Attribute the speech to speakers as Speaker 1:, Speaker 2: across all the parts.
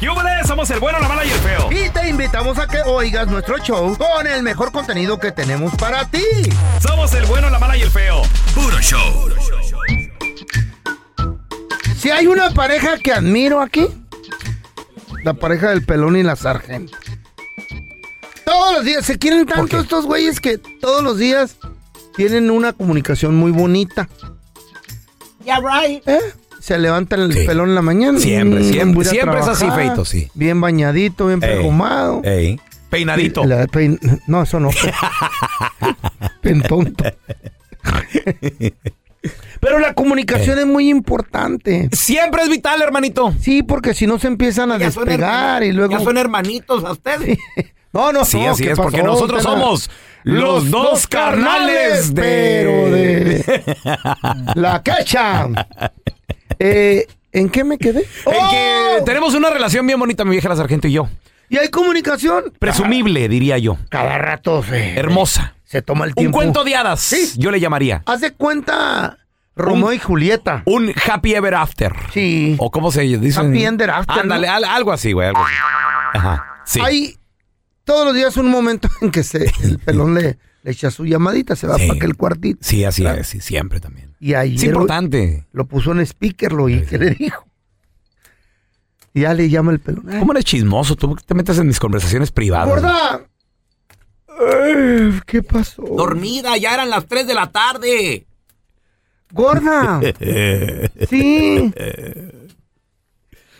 Speaker 1: ¡Yúbales! Somos el bueno, la mala y el feo.
Speaker 2: Y te invitamos a que oigas nuestro show con el mejor contenido que tenemos para ti.
Speaker 1: Somos el bueno, la mala y el feo. Puro show.
Speaker 2: Si hay una pareja que admiro aquí, la pareja del pelón y la sargento. Todos los días se quieren tanto estos güeyes que todos los días tienen una comunicación muy bonita.
Speaker 3: Yeah, right.
Speaker 2: ¿Eh? Se levantan el pelón en la mañana.
Speaker 4: Siempre,
Speaker 2: Mm,
Speaker 4: siempre,
Speaker 2: voy a
Speaker 4: siempre es así,
Speaker 2: trabajar,
Speaker 4: Feito, sí.
Speaker 2: Bien bañadito, bien
Speaker 4: Ey.
Speaker 2: perfumado.
Speaker 4: Ey. Peinadito.
Speaker 2: La pein- No, eso no. Pen tonto. Pero la comunicación
Speaker 4: Eh.
Speaker 2: es muy importante.
Speaker 4: Siempre es vital, hermanito.
Speaker 2: Sí, porque si no se empiezan a
Speaker 3: Ya son
Speaker 2: despegar
Speaker 3: her-
Speaker 2: y luego.
Speaker 3: Ya son hermanitos a ustedes.
Speaker 2: No, no,
Speaker 4: Sí,
Speaker 2: no,
Speaker 4: así
Speaker 2: ¿qué
Speaker 4: es, porque
Speaker 2: pasó,
Speaker 4: nosotros
Speaker 2: Tela?
Speaker 4: somos los dos carnales de-
Speaker 2: Pero de. La cacha. Eh, ¿En qué me quedé?
Speaker 4: En que
Speaker 2: ¡Oh!
Speaker 4: tenemos una relación bien bonita, mi vieja la sargento y yo.
Speaker 2: Y hay comunicación.
Speaker 4: Presumible, diría yo.
Speaker 2: Cada rato se,
Speaker 4: Hermosa.
Speaker 2: se toma el
Speaker 4: Un
Speaker 2: tiempo.
Speaker 4: cuento de hadas,
Speaker 2: Sí.
Speaker 4: yo le llamaría.
Speaker 2: Haz de cuenta Romeo y Julieta.
Speaker 4: Un happy ever after.
Speaker 2: Sí.
Speaker 4: O cómo se dice.
Speaker 2: Happy Ever After,
Speaker 4: Ándale,
Speaker 2: ¿no?
Speaker 4: al- algo así, güey. algo así. Ajá. Sí.
Speaker 2: Hay todos los días un momento en que se, el pelón le, le echa su llamadita, se va
Speaker 4: Sí.
Speaker 2: para aquel cuartito.
Speaker 4: Sí, así es. sí, siempre también.
Speaker 2: Y ahí
Speaker 4: Es importante.
Speaker 2: lo puso en speaker, lo oí que le dijo. Y ya le llama el pelón. "Ay,
Speaker 4: ¿Cómo eres chismoso? Tú te metes en mis conversaciones privadas.
Speaker 2: gorda! Ay, ¿Qué pasó?
Speaker 3: Dormida, ya eran las 3 de la tarde.
Speaker 2: ¡Gorda! Sí.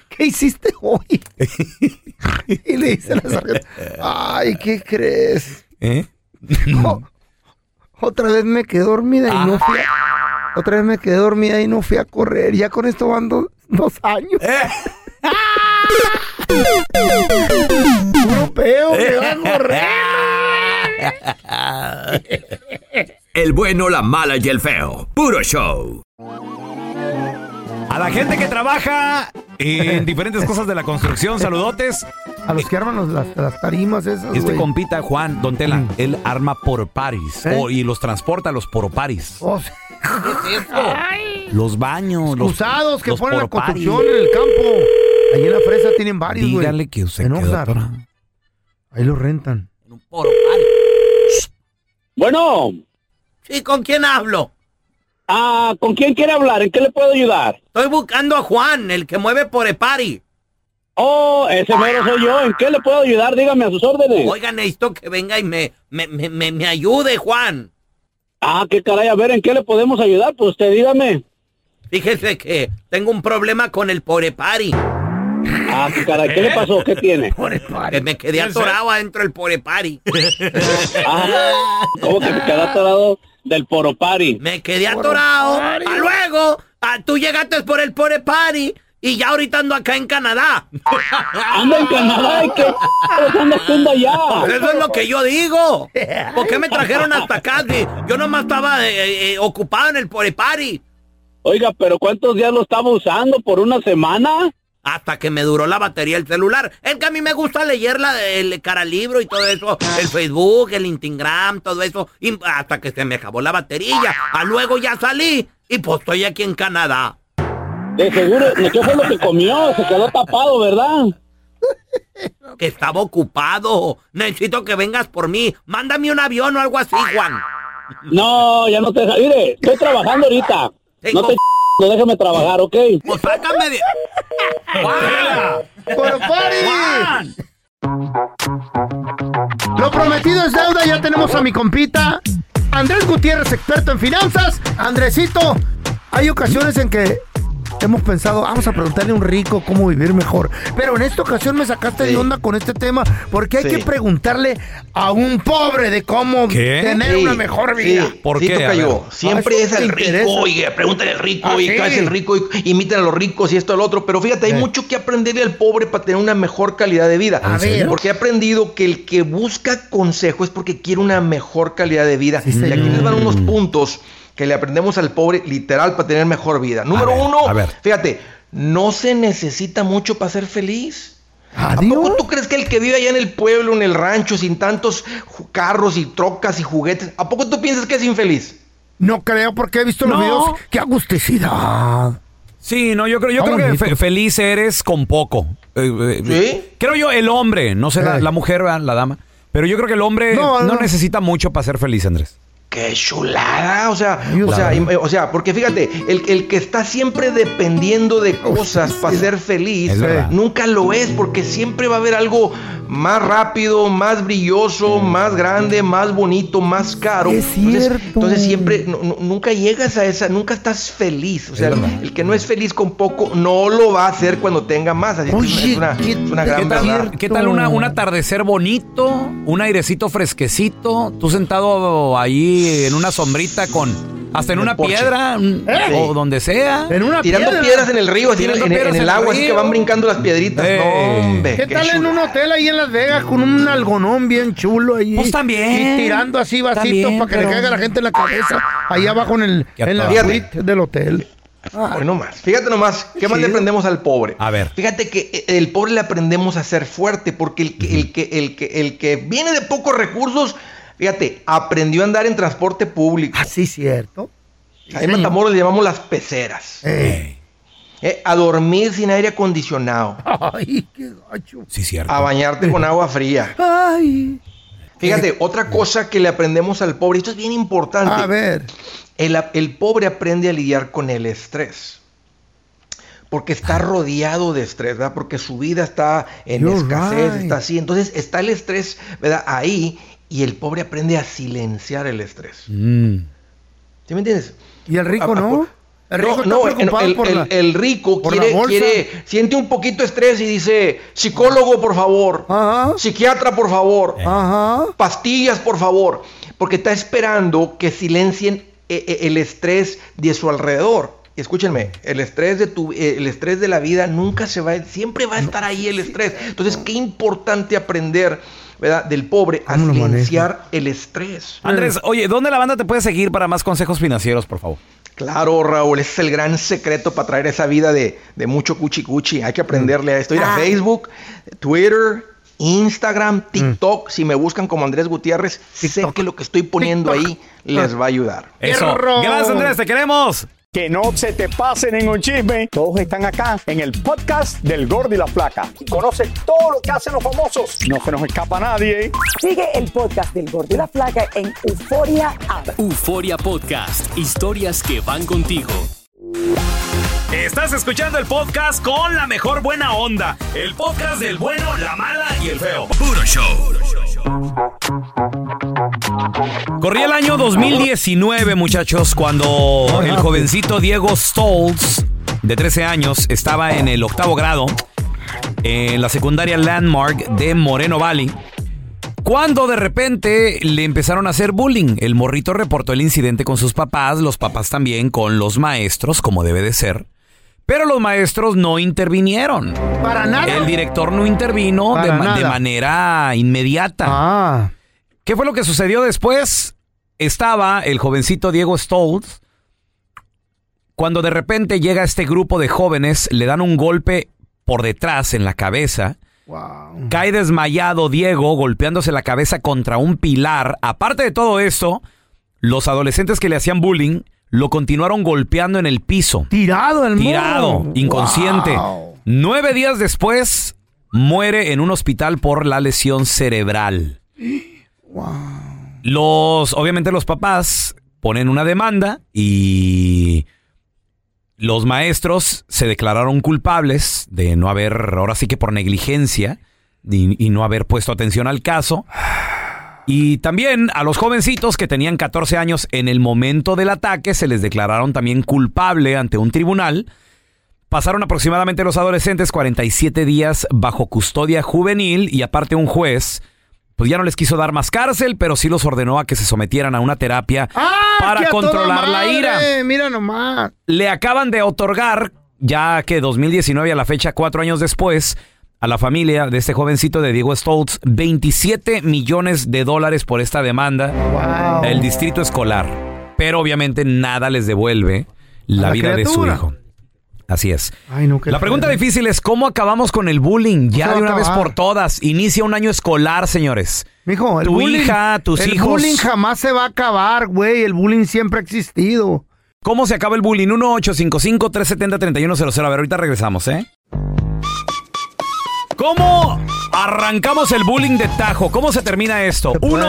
Speaker 2: ¿Qué hiciste hoy? Y le dice la sargento, ay, ¿qué crees?
Speaker 4: ¿Eh?
Speaker 2: No. Oh, Otra vez me quedé dormida y no fui.
Speaker 4: Ah.
Speaker 2: a- Otra vez me quedé dormida y no fui a correr. Ya con esto van dos, dos años.
Speaker 4: Eh.
Speaker 2: Puro peo,
Speaker 4: Eh.
Speaker 2: me va a correr.
Speaker 5: El bueno, la mala y el feo. Puro show.
Speaker 4: A la gente que trabaja en diferentes cosas de la construcción, saludotes.
Speaker 2: A los que arman los- las, las tarimas esas,
Speaker 4: Este
Speaker 2: güey.
Speaker 4: compita, Juan Don Tela, él arma por paris
Speaker 2: Mm. ¿Eh?
Speaker 4: o- y los transporta a los poroparis.
Speaker 2: Oh, sí.
Speaker 4: Los baños, los
Speaker 2: Cruzados que
Speaker 4: los
Speaker 2: ponen la
Speaker 4: poroparis.
Speaker 2: construcción en el campo. Ahí en la fresa tienen varios, güey.
Speaker 4: Dígale que usted
Speaker 2: En
Speaker 4: quedó
Speaker 2: Oxnard.
Speaker 4: atorado.
Speaker 2: Ahí los rentan.
Speaker 6: Bueno,
Speaker 3: Sí, ¿con quién hablo?
Speaker 6: ah, ¿con quién quiere hablar? ¿En qué le puedo ayudar?
Speaker 3: Estoy buscando a Juan, el que mueve por Epari.
Speaker 6: Oh, ese mero soy yo. ¿En qué le puedo ayudar? Dígame a sus órdenes.
Speaker 3: Oigan, necesito que venga y me, me, me, me, me ayude, Juan.
Speaker 6: Ah, qué caray, a ver, ¿en qué le podemos ayudar? Pues usted dígame.
Speaker 3: Fíjese que tengo un problema con el porepari.
Speaker 6: Ah, qué caray, ¿qué le pasó? ¿Qué tiene?
Speaker 3: Que me quedé atorado adentro del porepari.
Speaker 6: Ah, ¿cómo que se quedó atorado del poropari?
Speaker 3: Me quedé atorado. Ah, luego, ah, tú llegaste por el porepari y ya ahorita ando acá en Canadá.
Speaker 6: Anda en Canadá, ¿y qué? Pues anda haciendo allá?
Speaker 3: Pues Eso es lo que yo digo. ¿Por qué me trajeron hasta acá? Si Yo nomás estaba eh, eh, ocupado en el porepari.
Speaker 6: Oiga, ¿pero cuántos días lo estaba usando? ¿Por una semana?
Speaker 3: Hasta que me duró la batería el celular. Es que a mí me gusta leer la, el cara libro y todo eso. El Facebook, el Instagram, todo eso. y hasta que se me acabó la batería. A luego ya salí y pues estoy aquí en Canadá.
Speaker 6: De seguro, ¿no? ¿qué fue lo que comió? Se quedó tapado, ¿verdad?
Speaker 3: Que estaba ocupado. Necesito que vengas por mí. Mándame un avión o algo así, Juan.
Speaker 6: No, ya no te... deja- Mire, estoy trabajando ahorita. No te... No déjame trabajar, ¿ok?
Speaker 3: Pues sácame de...
Speaker 2: ¡Por Party! Lo prometido es deuda, ya tenemos a mi compita Andrés Gutiérrez, experto en finanzas. Andresito, hay ocasiones en que hemos pensado, vamos a preguntarle a un rico cómo vivir mejor. Pero en esta ocasión me sacaste de onda con este tema, porque hay
Speaker 7: Sí.
Speaker 2: que preguntarle a un pobre de cómo
Speaker 4: ¿Qué?
Speaker 2: tener
Speaker 7: Sí,
Speaker 2: una mejor vida.
Speaker 7: sí,
Speaker 4: ¿Por
Speaker 7: sí,
Speaker 4: qué?
Speaker 7: toca
Speaker 4: A
Speaker 7: yo.
Speaker 4: ver.
Speaker 2: Ah,
Speaker 7: Siempre
Speaker 2: eso
Speaker 7: es
Speaker 2: te
Speaker 7: el
Speaker 2: interesa.
Speaker 7: rico, oye, pregúntale al rico,
Speaker 2: Ah,
Speaker 7: oye, ¿qué
Speaker 2: sí.
Speaker 7: hace el rico? Y- Imitan a los ricos y esto al otro. Pero fíjate, hay
Speaker 2: Eh.
Speaker 7: mucho que aprenderle al pobre para tener una mejor calidad de vida.
Speaker 2: A ver.
Speaker 7: Porque he aprendido que el que busca consejo es porque quiere una mejor calidad de vida.
Speaker 2: Sí,
Speaker 7: y
Speaker 2: señor.
Speaker 7: aquí les van unos puntos que le aprendemos al pobre literal para tener mejor vida. Número
Speaker 4: ver,
Speaker 7: uno,
Speaker 4: a ver.
Speaker 7: fíjate, no se necesita mucho para ser feliz. ¿A poco
Speaker 2: Adiós.
Speaker 7: tú crees que el que vive allá en el pueblo, en el rancho, sin tantos ju- carros y trocas y juguetes, ¿a poco tú piensas que es infeliz?
Speaker 2: No creo porque he visto los
Speaker 4: No.
Speaker 2: videos. ¡Qué agusticidad!
Speaker 4: Sí, no, yo creo, yo
Speaker 2: Está
Speaker 4: creo que
Speaker 2: bonito.
Speaker 4: fe- feliz eres con poco. eh, eh,
Speaker 7: ¿Sí?
Speaker 4: Creo yo, el hombre, no sé, la,
Speaker 2: Ey.
Speaker 4: la mujer, ¿verdad? la dama. Pero yo creo que el hombre
Speaker 2: No,
Speaker 4: no,
Speaker 2: no.
Speaker 4: necesita mucho para ser feliz, Andrés.
Speaker 7: ¡Qué chulada! O sea, o
Speaker 2: Chulada.
Speaker 7: sea, im- o sea, porque fíjate, el, el que está siempre dependiendo de cosas para ser feliz,
Speaker 4: Es verdad.
Speaker 7: nunca lo es, porque siempre va a haber algo más rápido, más brilloso, más grande, más bonito, más caro.
Speaker 2: Es
Speaker 7: Entonces-
Speaker 2: cierto.
Speaker 7: Entonces, siempre, no- no- nunca llegas a esa, nunca estás feliz. O sea, el, el que no es feliz con poco, no lo va a hacer cuando tenga más. Así que
Speaker 2: Oye,
Speaker 7: es una,
Speaker 2: ¿qué-
Speaker 7: es una
Speaker 4: ¿Qué
Speaker 7: gran verdad.
Speaker 4: tal, qué tal una, un atardecer bonito, un airecito fresquecito, tú sentado ahí en una sombrita con... Hasta en
Speaker 7: En el
Speaker 4: una
Speaker 7: porche.
Speaker 4: piedra mm,
Speaker 7: ¿Eh?
Speaker 4: o donde sea.
Speaker 2: En una
Speaker 7: Tirando
Speaker 2: Ah, piedra.
Speaker 7: piedras en el río, así en, el-
Speaker 4: Tirando
Speaker 7: en el-
Speaker 4: piedras en
Speaker 7: en el
Speaker 4: el
Speaker 7: agua, así que
Speaker 4: río.
Speaker 7: van brincando las piedritas.
Speaker 4: Ey.
Speaker 7: No, hombre,
Speaker 2: ¿Qué, tal en
Speaker 7: chulada.
Speaker 2: un hotel ahí en Las Vegas con un algonón bien chulo ahí?
Speaker 4: Pues también.
Speaker 2: Y tirando así vasitos
Speaker 4: También,
Speaker 2: para que le
Speaker 4: pero-
Speaker 2: caiga la gente en la cabeza. Ahí abajo en el
Speaker 4: Qué
Speaker 2: en la
Speaker 7: atorado.
Speaker 2: suite del hotel.
Speaker 7: Hoy no más. Fíjate nomás, ¿qué más le
Speaker 2: chido.
Speaker 7: aprendemos al pobre?
Speaker 4: A ver.
Speaker 7: Fíjate que eh, el pobre le aprendemos a ser fuerte, porque el que, el que, el que, el que viene de pocos recursos, fíjate, aprendió a andar en transporte público.
Speaker 4: Ah,
Speaker 2: Así cierto.
Speaker 7: Ahí en Matamoros le llamamos las peceras.
Speaker 4: Eh.
Speaker 2: Ey.
Speaker 7: Eh, a dormir sin aire acondicionado.
Speaker 2: Ay, qué gacho.
Speaker 4: Sí, cierto.
Speaker 7: A bañarte con agua fría.
Speaker 2: Ay.
Speaker 7: Fíjate, otra cosa que le aprendemos al pobre, esto es bien importante.
Speaker 2: A ver.
Speaker 7: El, el pobre aprende a lidiar con el estrés. Porque está rodeado de estrés, ¿verdad? Porque su vida está en
Speaker 2: Ah. You're
Speaker 7: escasez,
Speaker 2: right.
Speaker 7: está así. Entonces está el estrés, ¿verdad? Ahí y el pobre aprende a silenciar el estrés.
Speaker 4: Mm.
Speaker 7: ¿Sí me entiendes?
Speaker 2: ¿Y el rico
Speaker 7: Ah,
Speaker 2: no?
Speaker 7: por-
Speaker 2: El rico
Speaker 7: no,
Speaker 2: está
Speaker 7: el,
Speaker 2: preocupado
Speaker 7: el-
Speaker 2: por
Speaker 7: el-
Speaker 2: la...
Speaker 7: el rico
Speaker 2: por la
Speaker 7: quiere,
Speaker 2: bolsa.
Speaker 7: quiere- siente un poquito de estrés y dice, psicólogo, por favor,
Speaker 2: Ajá. Eh.
Speaker 7: psiquiatra, por favor,
Speaker 2: Ajá.
Speaker 7: pastillas, por favor, porque está esperando que silencien eh, eh, el estrés de su alrededor. Y Escúchenme, el estrés de tu, eh, el estrés de la vida nunca se va, siempre va a estar ahí el estrés. Entonces, qué importante aprender, ¿verdad? Del pobre a
Speaker 2: ¿Cómo lo maneja?
Speaker 7: silenciar el estrés.
Speaker 4: Andrés, oye, ¿dónde la banda te puede seguir para más consejos financieros, por favor?
Speaker 7: Claro, Raúl, ese es el gran secreto para traer esa vida de, de mucho cuchi cuchi. Hay que aprenderle a esto. Ir a Facebook, Twitter, Instagram, TikTok. Si me buscan como Andrés Gutiérrez, sé que lo que estoy poniendo ahí les va a ayudar.
Speaker 4: Eso.
Speaker 2: ¡Perro!
Speaker 4: Gracias, Andrés, te queremos.
Speaker 8: Que no se te pase ningún chisme. Todos están acá en el podcast del Gordo y la Flaca. Y Conoce todo lo que hacen los famosos. No se nos escapa nadie.
Speaker 9: Sigue el podcast del Gordo y la Flaca en Euforia App.
Speaker 10: Euforia Podcast, historias que van contigo.
Speaker 4: Estás escuchando el podcast con la mejor buena onda. El podcast del bueno, la mala y el feo.
Speaker 1: Puro show.
Speaker 4: Corría el año 2019, muchachos, cuando el jovencito Diego Stoltz, de 13 años, estaba en el octavo grado en la secundaria Landmark de Moreno Valley. Cuando de repente le empezaron a hacer bullying, el morrito reportó el incidente con sus papás, los papás también con los maestros, como debe de ser. Pero los maestros no intervinieron.
Speaker 2: Para nada.
Speaker 4: El director no intervino de,
Speaker 2: Para
Speaker 4: ma- de
Speaker 2: nada.
Speaker 4: manera inmediata.
Speaker 2: Ah.
Speaker 4: ¿Qué fue lo que sucedió después? Estaba el jovencito Diego Stoltz. Cuando de repente llega este grupo de jóvenes, le dan un golpe por detrás en la cabeza.
Speaker 2: Wow.
Speaker 4: Cae desmayado Diego, golpeándose la cabeza contra un pilar. Aparte de todo esto, los adolescentes que le hacían bullying lo continuaron golpeando en el piso.
Speaker 2: Tirado el
Speaker 4: Tirado,
Speaker 2: morro.
Speaker 4: inconsciente.
Speaker 2: Wow.
Speaker 4: Nueve días después, muere en un hospital por la lesión cerebral. Los, obviamente los papás ponen una demanda y los maestros se declararon culpables de no haber, ahora sí que por negligencia y, y no haber puesto atención al caso. Y también a los jovencitos que tenían 14 años en el momento del ataque se les declararon también culpable ante un tribunal. Pasaron aproximadamente los adolescentes 47 días bajo custodia juvenil y aparte un juez, pues ya no les quiso dar más cárcel, pero sí los ordenó a que se sometieran a una terapia
Speaker 2: Ah, que
Speaker 4: para
Speaker 2: a toda
Speaker 4: controlar la
Speaker 2: madre,
Speaker 4: ira
Speaker 2: Mira nomás.
Speaker 4: le acaban de otorgar, ya que 2019 a la fecha, cuatro años después, a la familia de este jovencito de Diego Stoltz, 27 millones de dólares por esta demanda
Speaker 2: Wow.
Speaker 4: del distrito escolar. Pero obviamente nada les devuelve la,
Speaker 2: A la
Speaker 4: vida
Speaker 2: criatura.
Speaker 4: de su hijo. Así es.
Speaker 2: Ay, no, qué
Speaker 4: La pregunta
Speaker 2: feo.
Speaker 4: difícil es, ¿cómo acabamos con el bullying? Ya
Speaker 2: va
Speaker 4: de
Speaker 2: a
Speaker 4: una vez
Speaker 2: acabar.
Speaker 4: por todas. Inicia un año escolar, señores.
Speaker 2: Mijo, el
Speaker 4: tu
Speaker 2: bullying,
Speaker 4: hija, tus
Speaker 2: el
Speaker 4: hijos.
Speaker 2: bullying jamás se va a acabar, güey. El bullying siempre ha existido.
Speaker 4: ¿Cómo se acaba el bullying? 1-855-370-3100. A ver, ahorita regresamos, ¿eh? ¿Cómo arrancamos el bullying de Tajo? ¿Cómo se termina esto?
Speaker 2: puede.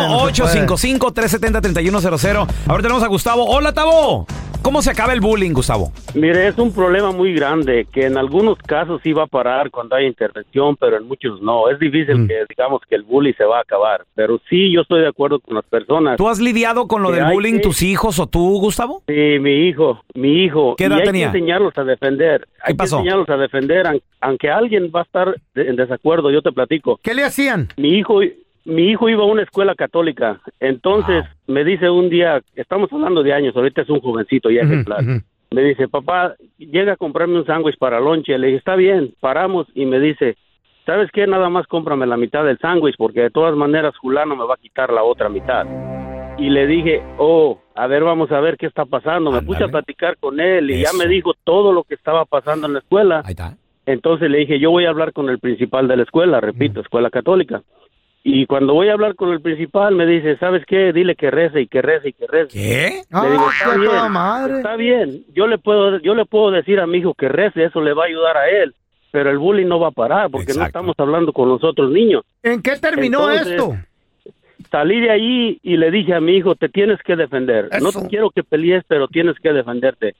Speaker 4: 1-855-370-3100. Ahora tenemos a Gustavo. Hola, Tavo. ¿Cómo se acaba el bullying, Gustavo?
Speaker 11: Mire, es un problema muy grande que en algunos casos sí va a parar cuando hay intervención, pero en muchos no. Es difícil
Speaker 4: Mm.
Speaker 11: que digamos que el bullying se va a acabar, pero sí yo estoy de acuerdo con las personas.
Speaker 4: ¿Tú has lidiado con lo
Speaker 11: Que
Speaker 4: del
Speaker 11: hay
Speaker 4: bullying
Speaker 11: que-
Speaker 4: tus hijos o tú, Gustavo?
Speaker 11: Sí, mi hijo, mi hijo.
Speaker 4: ¿Qué edad
Speaker 11: y hay
Speaker 4: tenía?
Speaker 11: que enseñarlos a defender. Hay
Speaker 4: pasó?
Speaker 11: que enseñarlos a defender, an- aunque alguien va a estar de- en desacuerdo, yo te platico.
Speaker 2: ¿Qué le hacían?
Speaker 11: Mi hijo, mi hijo iba a una escuela católica. Entonces me dice un día, estamos hablando de años, ahorita es un jovencito ya ejemplar. Me dice, papá, llega a comprarme un sándwich para lonche. Le dije, está bien, paramos. Y me dice, ¿sabes qué? Nada más cómprame la mitad del sándwich porque de todas maneras Julano me va a quitar la otra mitad. Y le dije, oh, a ver, vamos a ver qué está pasando. Me puse a platicar con él y ya
Speaker 12: Eso.
Speaker 11: me dijo todo lo que estaba pasando en la escuela. Entonces le dije, yo voy a hablar con el principal de la escuela, repito, escuela católica. Y cuando voy a hablar con el principal me dice, ¿sabes qué? Dile que rece y que rece y que rece.
Speaker 4: ¿Qué?
Speaker 11: Le digo,
Speaker 2: Ah,
Speaker 11: está
Speaker 2: qué a toda
Speaker 11: bien,
Speaker 2: madre.
Speaker 11: está bien. Yo le puedo, yo le puedo decir a mi hijo que rece, eso le va a ayudar a él. Pero el bullying no va a parar porque no estamos hablando con los otros niños.
Speaker 2: ¿En qué terminó
Speaker 11: Entonces,
Speaker 2: esto?
Speaker 11: Salí de ahí y le dije a mi hijo, te tienes que defender. No te quiero que pelees, pero tienes que defenderte.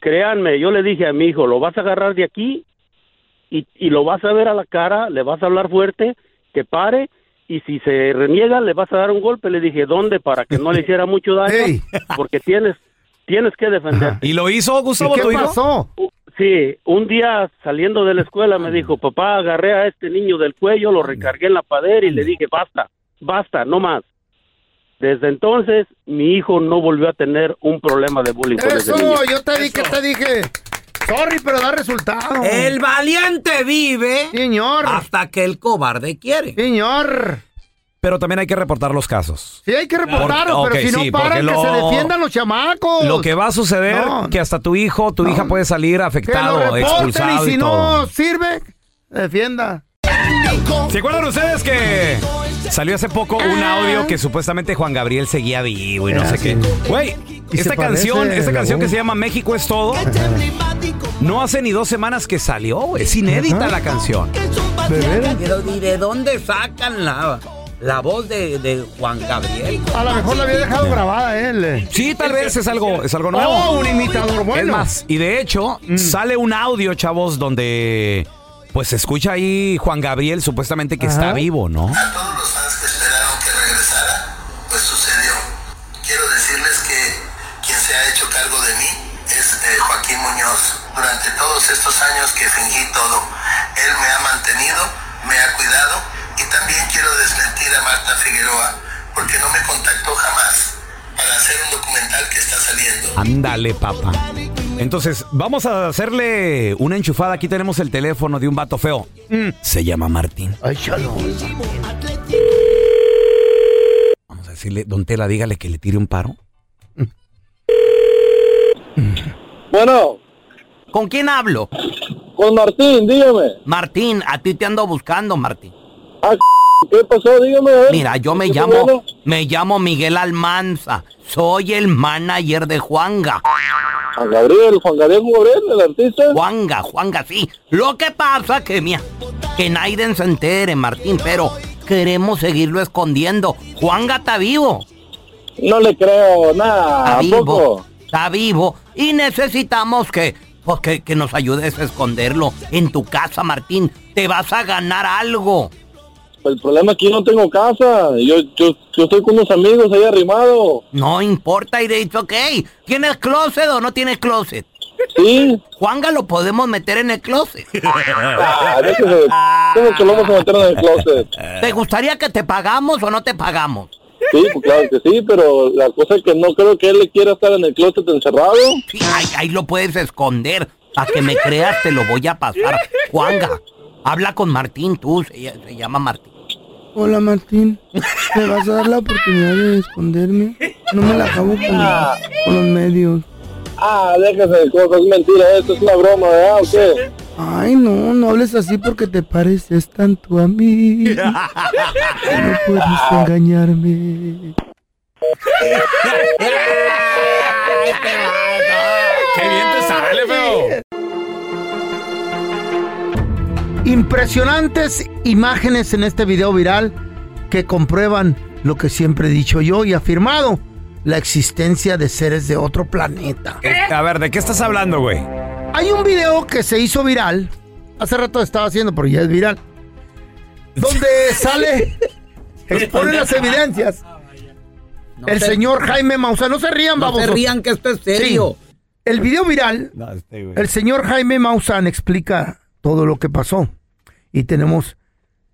Speaker 11: Créanme, yo le dije a mi hijo, lo vas a agarrar de aquí y, y lo vas a ver a la cara, le vas a hablar fuerte, que pare, y si se reniega, le vas a dar un golpe. Le dije, ¿dónde? Para que no le hiciera mucho daño, porque tienes, tienes que defenderte.
Speaker 4: ¿Y lo hizo Gustavo, tu hijo?
Speaker 11: Sí, un día saliendo de la escuela me dijo, papá, agarré a este niño del cuello, lo recargué en la padera y le dije, basta, basta, no más. Desde entonces, mi hijo no volvió a tener un problema de bullying con ese niño.
Speaker 2: Eso, yo te dije, te dije. Sorry, pero da resultado.
Speaker 3: El valiente vive
Speaker 2: Señor.
Speaker 4: Ah.
Speaker 3: hasta que el cobarde quiere.
Speaker 2: Señor.
Speaker 4: Pero también hay que reportar los casos.
Speaker 2: Sí, hay que reportarlo,
Speaker 4: Por-
Speaker 2: pero
Speaker 4: ok,
Speaker 2: si no
Speaker 4: sí, porque
Speaker 2: paran, que
Speaker 4: lo-
Speaker 2: se defiendan los chamacos.
Speaker 4: Lo que va a suceder,
Speaker 2: No,
Speaker 4: que hasta tu hijo, tu hija puede salir
Speaker 2: que lo
Speaker 4: afectado,
Speaker 2: reporten
Speaker 4: expulsado
Speaker 2: y
Speaker 4: y,
Speaker 2: si
Speaker 4: todo.
Speaker 2: no sirve, defienda.
Speaker 4: ¿Se acuerdan ustedes que salió hace poco un
Speaker 2: Ah.
Speaker 4: audio que supuestamente Juan Gabriel seguía vivo y no sé qué? Güey,
Speaker 2: Y se
Speaker 4: esta
Speaker 2: parece
Speaker 4: canción, esta
Speaker 2: la
Speaker 4: canción que
Speaker 2: voz.
Speaker 4: se llama México es todo, no hace ni dos semanas que salió, güey. es inédita
Speaker 3: Ajá.
Speaker 4: la canción.
Speaker 3: Pero ¿y de dónde sacan la, la voz de, de Juan Gabriel?
Speaker 2: A lo mejor la había dejado grabada él. eh.
Speaker 4: Sí, tal vez es algo, es algo nuevo.
Speaker 2: Oh, un imitador bueno.
Speaker 4: Es más, y de hecho, sale un audio, chavos, donde pues se escucha ahí Juan Gabriel supuestamente que está vivo, ¿no?
Speaker 13: Todos los fans que esperaron que regresara, pues sucedió. Quiero decirles que quien se ha hecho cargo de mí es eh, Joaquín Muñoz. Durante todos estos años que fingí todo, él me ha mantenido, me ha cuidado y también quiero desmentir a Marta Figueroa porque no me contactó jamás para hacer un documental que está saliendo.
Speaker 4: Ándale, papá. Entonces, vamos a hacerle una enchufada. Aquí tenemos el teléfono de un vato feo. Se llama Martín. Vamos a decirle, don Tela, dígale que le tire un paro.
Speaker 3: Bueno. ¿Con quién hablo?
Speaker 6: Con Martín, dígame.
Speaker 3: Martín, a ti te ando buscando, Martín.
Speaker 6: ¿Qué pasó? Dígame.
Speaker 3: Mira, yo me llamo, me llamo Miguel Almanza. Soy el manager de Juanga.
Speaker 6: Juan Gabriel, Juan Gabriel, Juan Gabriel, el artista.
Speaker 3: Juanga, Juanga, sí. Lo que pasa que, mira, que Naiden se entere, Martín, pero queremos seguirlo escondiendo. Juanga está vivo.
Speaker 6: No le creo nada,
Speaker 3: Está
Speaker 6: ¿a
Speaker 3: vivo.
Speaker 6: poco?
Speaker 3: Está vivo. Y necesitamos que, pues, que, que nos ayudes a esconderlo en tu casa, Martín. Te vas a ganar algo.
Speaker 6: Pues El problema es que yo no tengo casa. Yo, yo, yo estoy con unos amigos ahí arrimado.
Speaker 3: No importa, y dicho, ok. ¿Tienes closet o no tienes closet?
Speaker 6: Sí.
Speaker 3: Juanga lo podemos meter en el closet.
Speaker 6: Ah, déjese de- ¿Cómo que lo vamos a meter en el closet?
Speaker 3: ¿Te gustaría que te pagamos o no te pagamos?
Speaker 6: Sí, pues claro que sí, pero la cosa es que no creo que él le quiera estar en el closet encerrado.
Speaker 3: Sí, ahí, ahí lo puedes esconder. Para que me creas, te lo voy a pasar. Juanga, habla con Martín, tú, se, ll- se llama Martín.
Speaker 2: Hola, Martín. ¿Me vas a dar la oportunidad de esconderme? No me la acabo con, con los medios.
Speaker 6: Ah, déjese de cosas, es mentira, esto es una broma, ¿verdad? ¿O qué?
Speaker 2: Ay, no, no hables así porque te pareces tanto a mí. No puedes engañarme.
Speaker 4: ¡Qué bien te sale, feo!
Speaker 2: Y Impresionantes imágenes en este video viral que comprueban lo que siempre he dicho yo y afirmado, la existencia de seres de otro planeta.
Speaker 4: Eh, a ver, ¿de qué estás hablando, güey?
Speaker 2: Hay un video que se hizo viral, hace rato estaba haciendo, pero ya es viral, donde sale, expone las evidencias.
Speaker 4: Ah,
Speaker 2: el
Speaker 12: se-
Speaker 2: señor Jaime Maussan, no se rían,
Speaker 12: No se
Speaker 2: vamos.
Speaker 12: rían, que esto es serio.
Speaker 2: El video viral
Speaker 4: este
Speaker 2: el señor Jaime Maussan explica todo lo que pasó. Y tenemos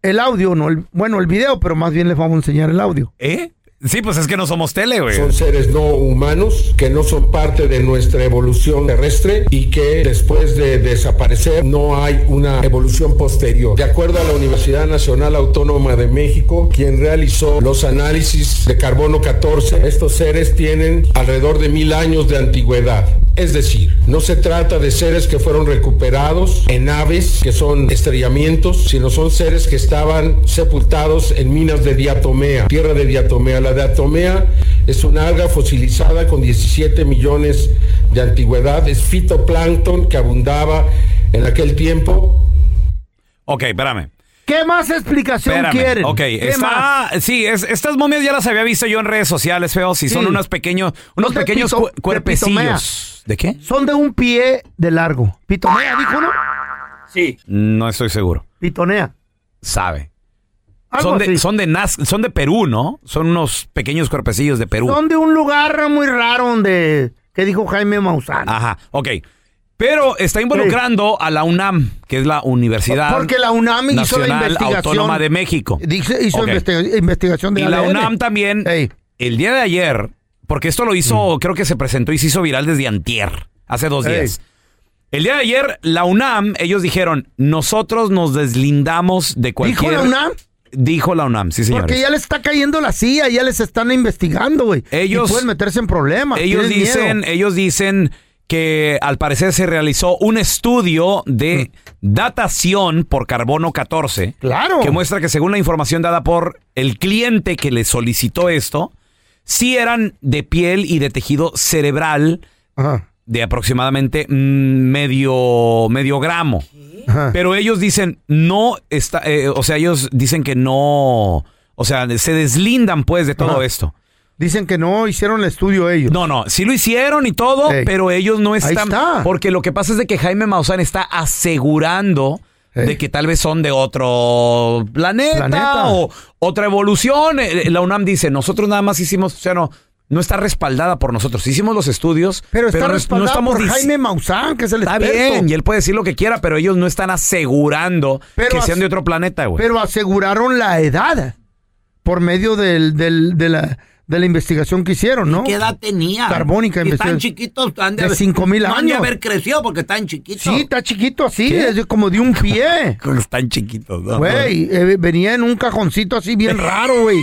Speaker 2: el audio, no el, bueno, el video, pero más bien les vamos a enseñar el audio.
Speaker 4: ¿Eh? Sí, pues es que no somos tele, güey.
Speaker 14: Son seres no humanos que no son parte de nuestra evolución terrestre y que después de desaparecer no hay una evolución posterior. De acuerdo a la Universidad Nacional Autónoma de México, quien realizó los análisis de carbono 14, estos seres tienen alrededor de mil años de antigüedad. Es decir, no se trata de seres que fueron recuperados en naves que son estrellamientos, sino son seres que estaban sepultados en minas de diatomea, tierra de diatomea. La diatomea es una alga fosilizada con 17 millones de antigüedad, es fitoplancton que abundaba en aquel tiempo
Speaker 4: Ok, espérame.
Speaker 2: ¿Qué más explicación
Speaker 4: Espérame.
Speaker 2: quieren?
Speaker 4: Ok,
Speaker 2: ¿Qué
Speaker 4: está, Ah, sí, es- estas momias ya las había visto yo en redes sociales, feo. Si son
Speaker 2: Sí.
Speaker 4: unos pequeños, unos
Speaker 2: Son de
Speaker 4: pequeños
Speaker 2: pito-
Speaker 4: cu-
Speaker 2: de
Speaker 4: cuerpecillos. ¿De qué?
Speaker 2: Son de un pie de largo. Pitonea, dijo uno.
Speaker 4: Sí. No estoy seguro.
Speaker 2: Pitonea.
Speaker 4: Sabe.
Speaker 2: Algo
Speaker 4: Son de,
Speaker 2: así.
Speaker 4: son, de Naz- son de Perú, ¿no? Son unos pequeños cuerpecillos de Perú.
Speaker 2: Son de un lugar muy raro donde... ¿Qué dijo Jaime Maussan?
Speaker 4: Ajá, ok. Pero está involucrando a la UNAM, que es la Universidad
Speaker 2: Porque la UNAM hizo la
Speaker 4: Nacional
Speaker 2: investigación.
Speaker 4: Autónoma de México.
Speaker 2: Dice- hizo
Speaker 4: Ok.
Speaker 2: investiga- investigación de
Speaker 4: Y la
Speaker 2: ADN.
Speaker 4: UNAM también, el día de ayer, porque esto lo hizo, creo que se presentó y se hizo viral desde antier, hace dos
Speaker 2: Mm. Ey.
Speaker 4: días. El día de ayer, la UNAM, ellos dijeron, nosotros nos deslindamos de cualquier...
Speaker 2: la UNAM?
Speaker 4: Dijo la UNAM, sí, señores.
Speaker 2: Porque ya les está cayendo la CIA, ya les están investigando, güey.
Speaker 4: Ellos-
Speaker 2: Y pueden meterse en problemas.
Speaker 4: Ellos
Speaker 2: tienen miedo.
Speaker 4: dicen, ellos dicen que al parecer se realizó un estudio de
Speaker 2: Mm.
Speaker 4: datación por carbono 14.
Speaker 2: Claro.
Speaker 4: Que muestra que según la información dada por el cliente que le solicitó esto, sí eran de piel y de tejido cerebral de aproximadamente mm, medio, medio gramo.
Speaker 2: Ah.
Speaker 4: Pero ellos dicen, no está, eh, o sea, ellos dicen que no, o sea, se deslindan pues de todo
Speaker 2: Ajá.
Speaker 4: esto.
Speaker 2: Dicen que no hicieron el estudio ellos.
Speaker 4: No, no, sí lo hicieron y todo,
Speaker 2: Ey.
Speaker 4: pero ellos no
Speaker 2: Ahí
Speaker 4: están.
Speaker 2: está.
Speaker 4: Porque lo que pasa es de que Jaime Maussan está asegurando de que tal vez son de otro planeta,
Speaker 2: Planeta.
Speaker 4: o otra evolución. Eh, eh, La UNAM dice, nosotros nada más hicimos, o sea, no, no está respaldada por nosotros. Hicimos los estudios,
Speaker 2: Pero está
Speaker 4: no es- no,
Speaker 2: respaldado
Speaker 4: estamos
Speaker 2: por
Speaker 4: dic-
Speaker 2: Jaime Maussan, que es el
Speaker 4: Está
Speaker 2: experto.
Speaker 4: bien, y él puede decir lo que quiera, pero ellos no están asegurando
Speaker 2: Pero
Speaker 4: que
Speaker 2: as-
Speaker 4: sean de otro planeta, güey.
Speaker 2: Pero aseguraron la edad por medio del, del- de, la, de la investigación que hicieron, ¿no?
Speaker 12: ¿Qué edad tenía?
Speaker 2: Carbónica,
Speaker 12: Y tan
Speaker 2: investigación.
Speaker 12: chiquitos, tan
Speaker 2: De 5,000
Speaker 12: no han de
Speaker 2: años.
Speaker 12: haber crecido porque están chiquitos.
Speaker 2: Sí, está chiquito así,
Speaker 12: ¿Qué?
Speaker 2: es de- como de un pie.
Speaker 4: Están chiquitos, ¿no?
Speaker 2: Güey, eh, venía en un cajoncito así bien raro, güey.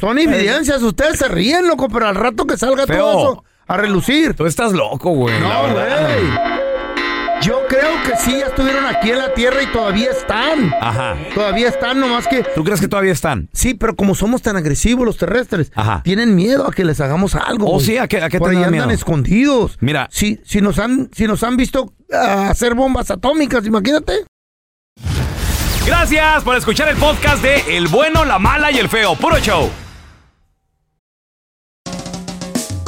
Speaker 2: Son evidencias, ustedes se ríen, loco, pero al rato que salga
Speaker 4: Feo.
Speaker 2: todo eso a relucir.
Speaker 4: Tú estás loco, güey.
Speaker 2: No, güey. Yo creo que sí, ya estuvieron aquí en la Tierra y todavía están.
Speaker 4: Ajá.
Speaker 2: Todavía están, nomás que...
Speaker 4: ¿Tú crees que todavía están?
Speaker 2: Sí, pero como somos tan agresivos los terrestres, tienen miedo a que les hagamos algo.
Speaker 4: Oh,
Speaker 2: güey.
Speaker 4: sí, ¿a qué- a qué
Speaker 2: Por ahí
Speaker 4: tendrán
Speaker 2: andan
Speaker 4: miedo?
Speaker 2: escondidos.
Speaker 4: Mira.
Speaker 2: Si, si, nos han, si nos han visto ah, hacer bombas atómicas, imagínate.
Speaker 4: Gracias por escuchar el podcast de El Bueno, la Mala y el Feo. Puro show.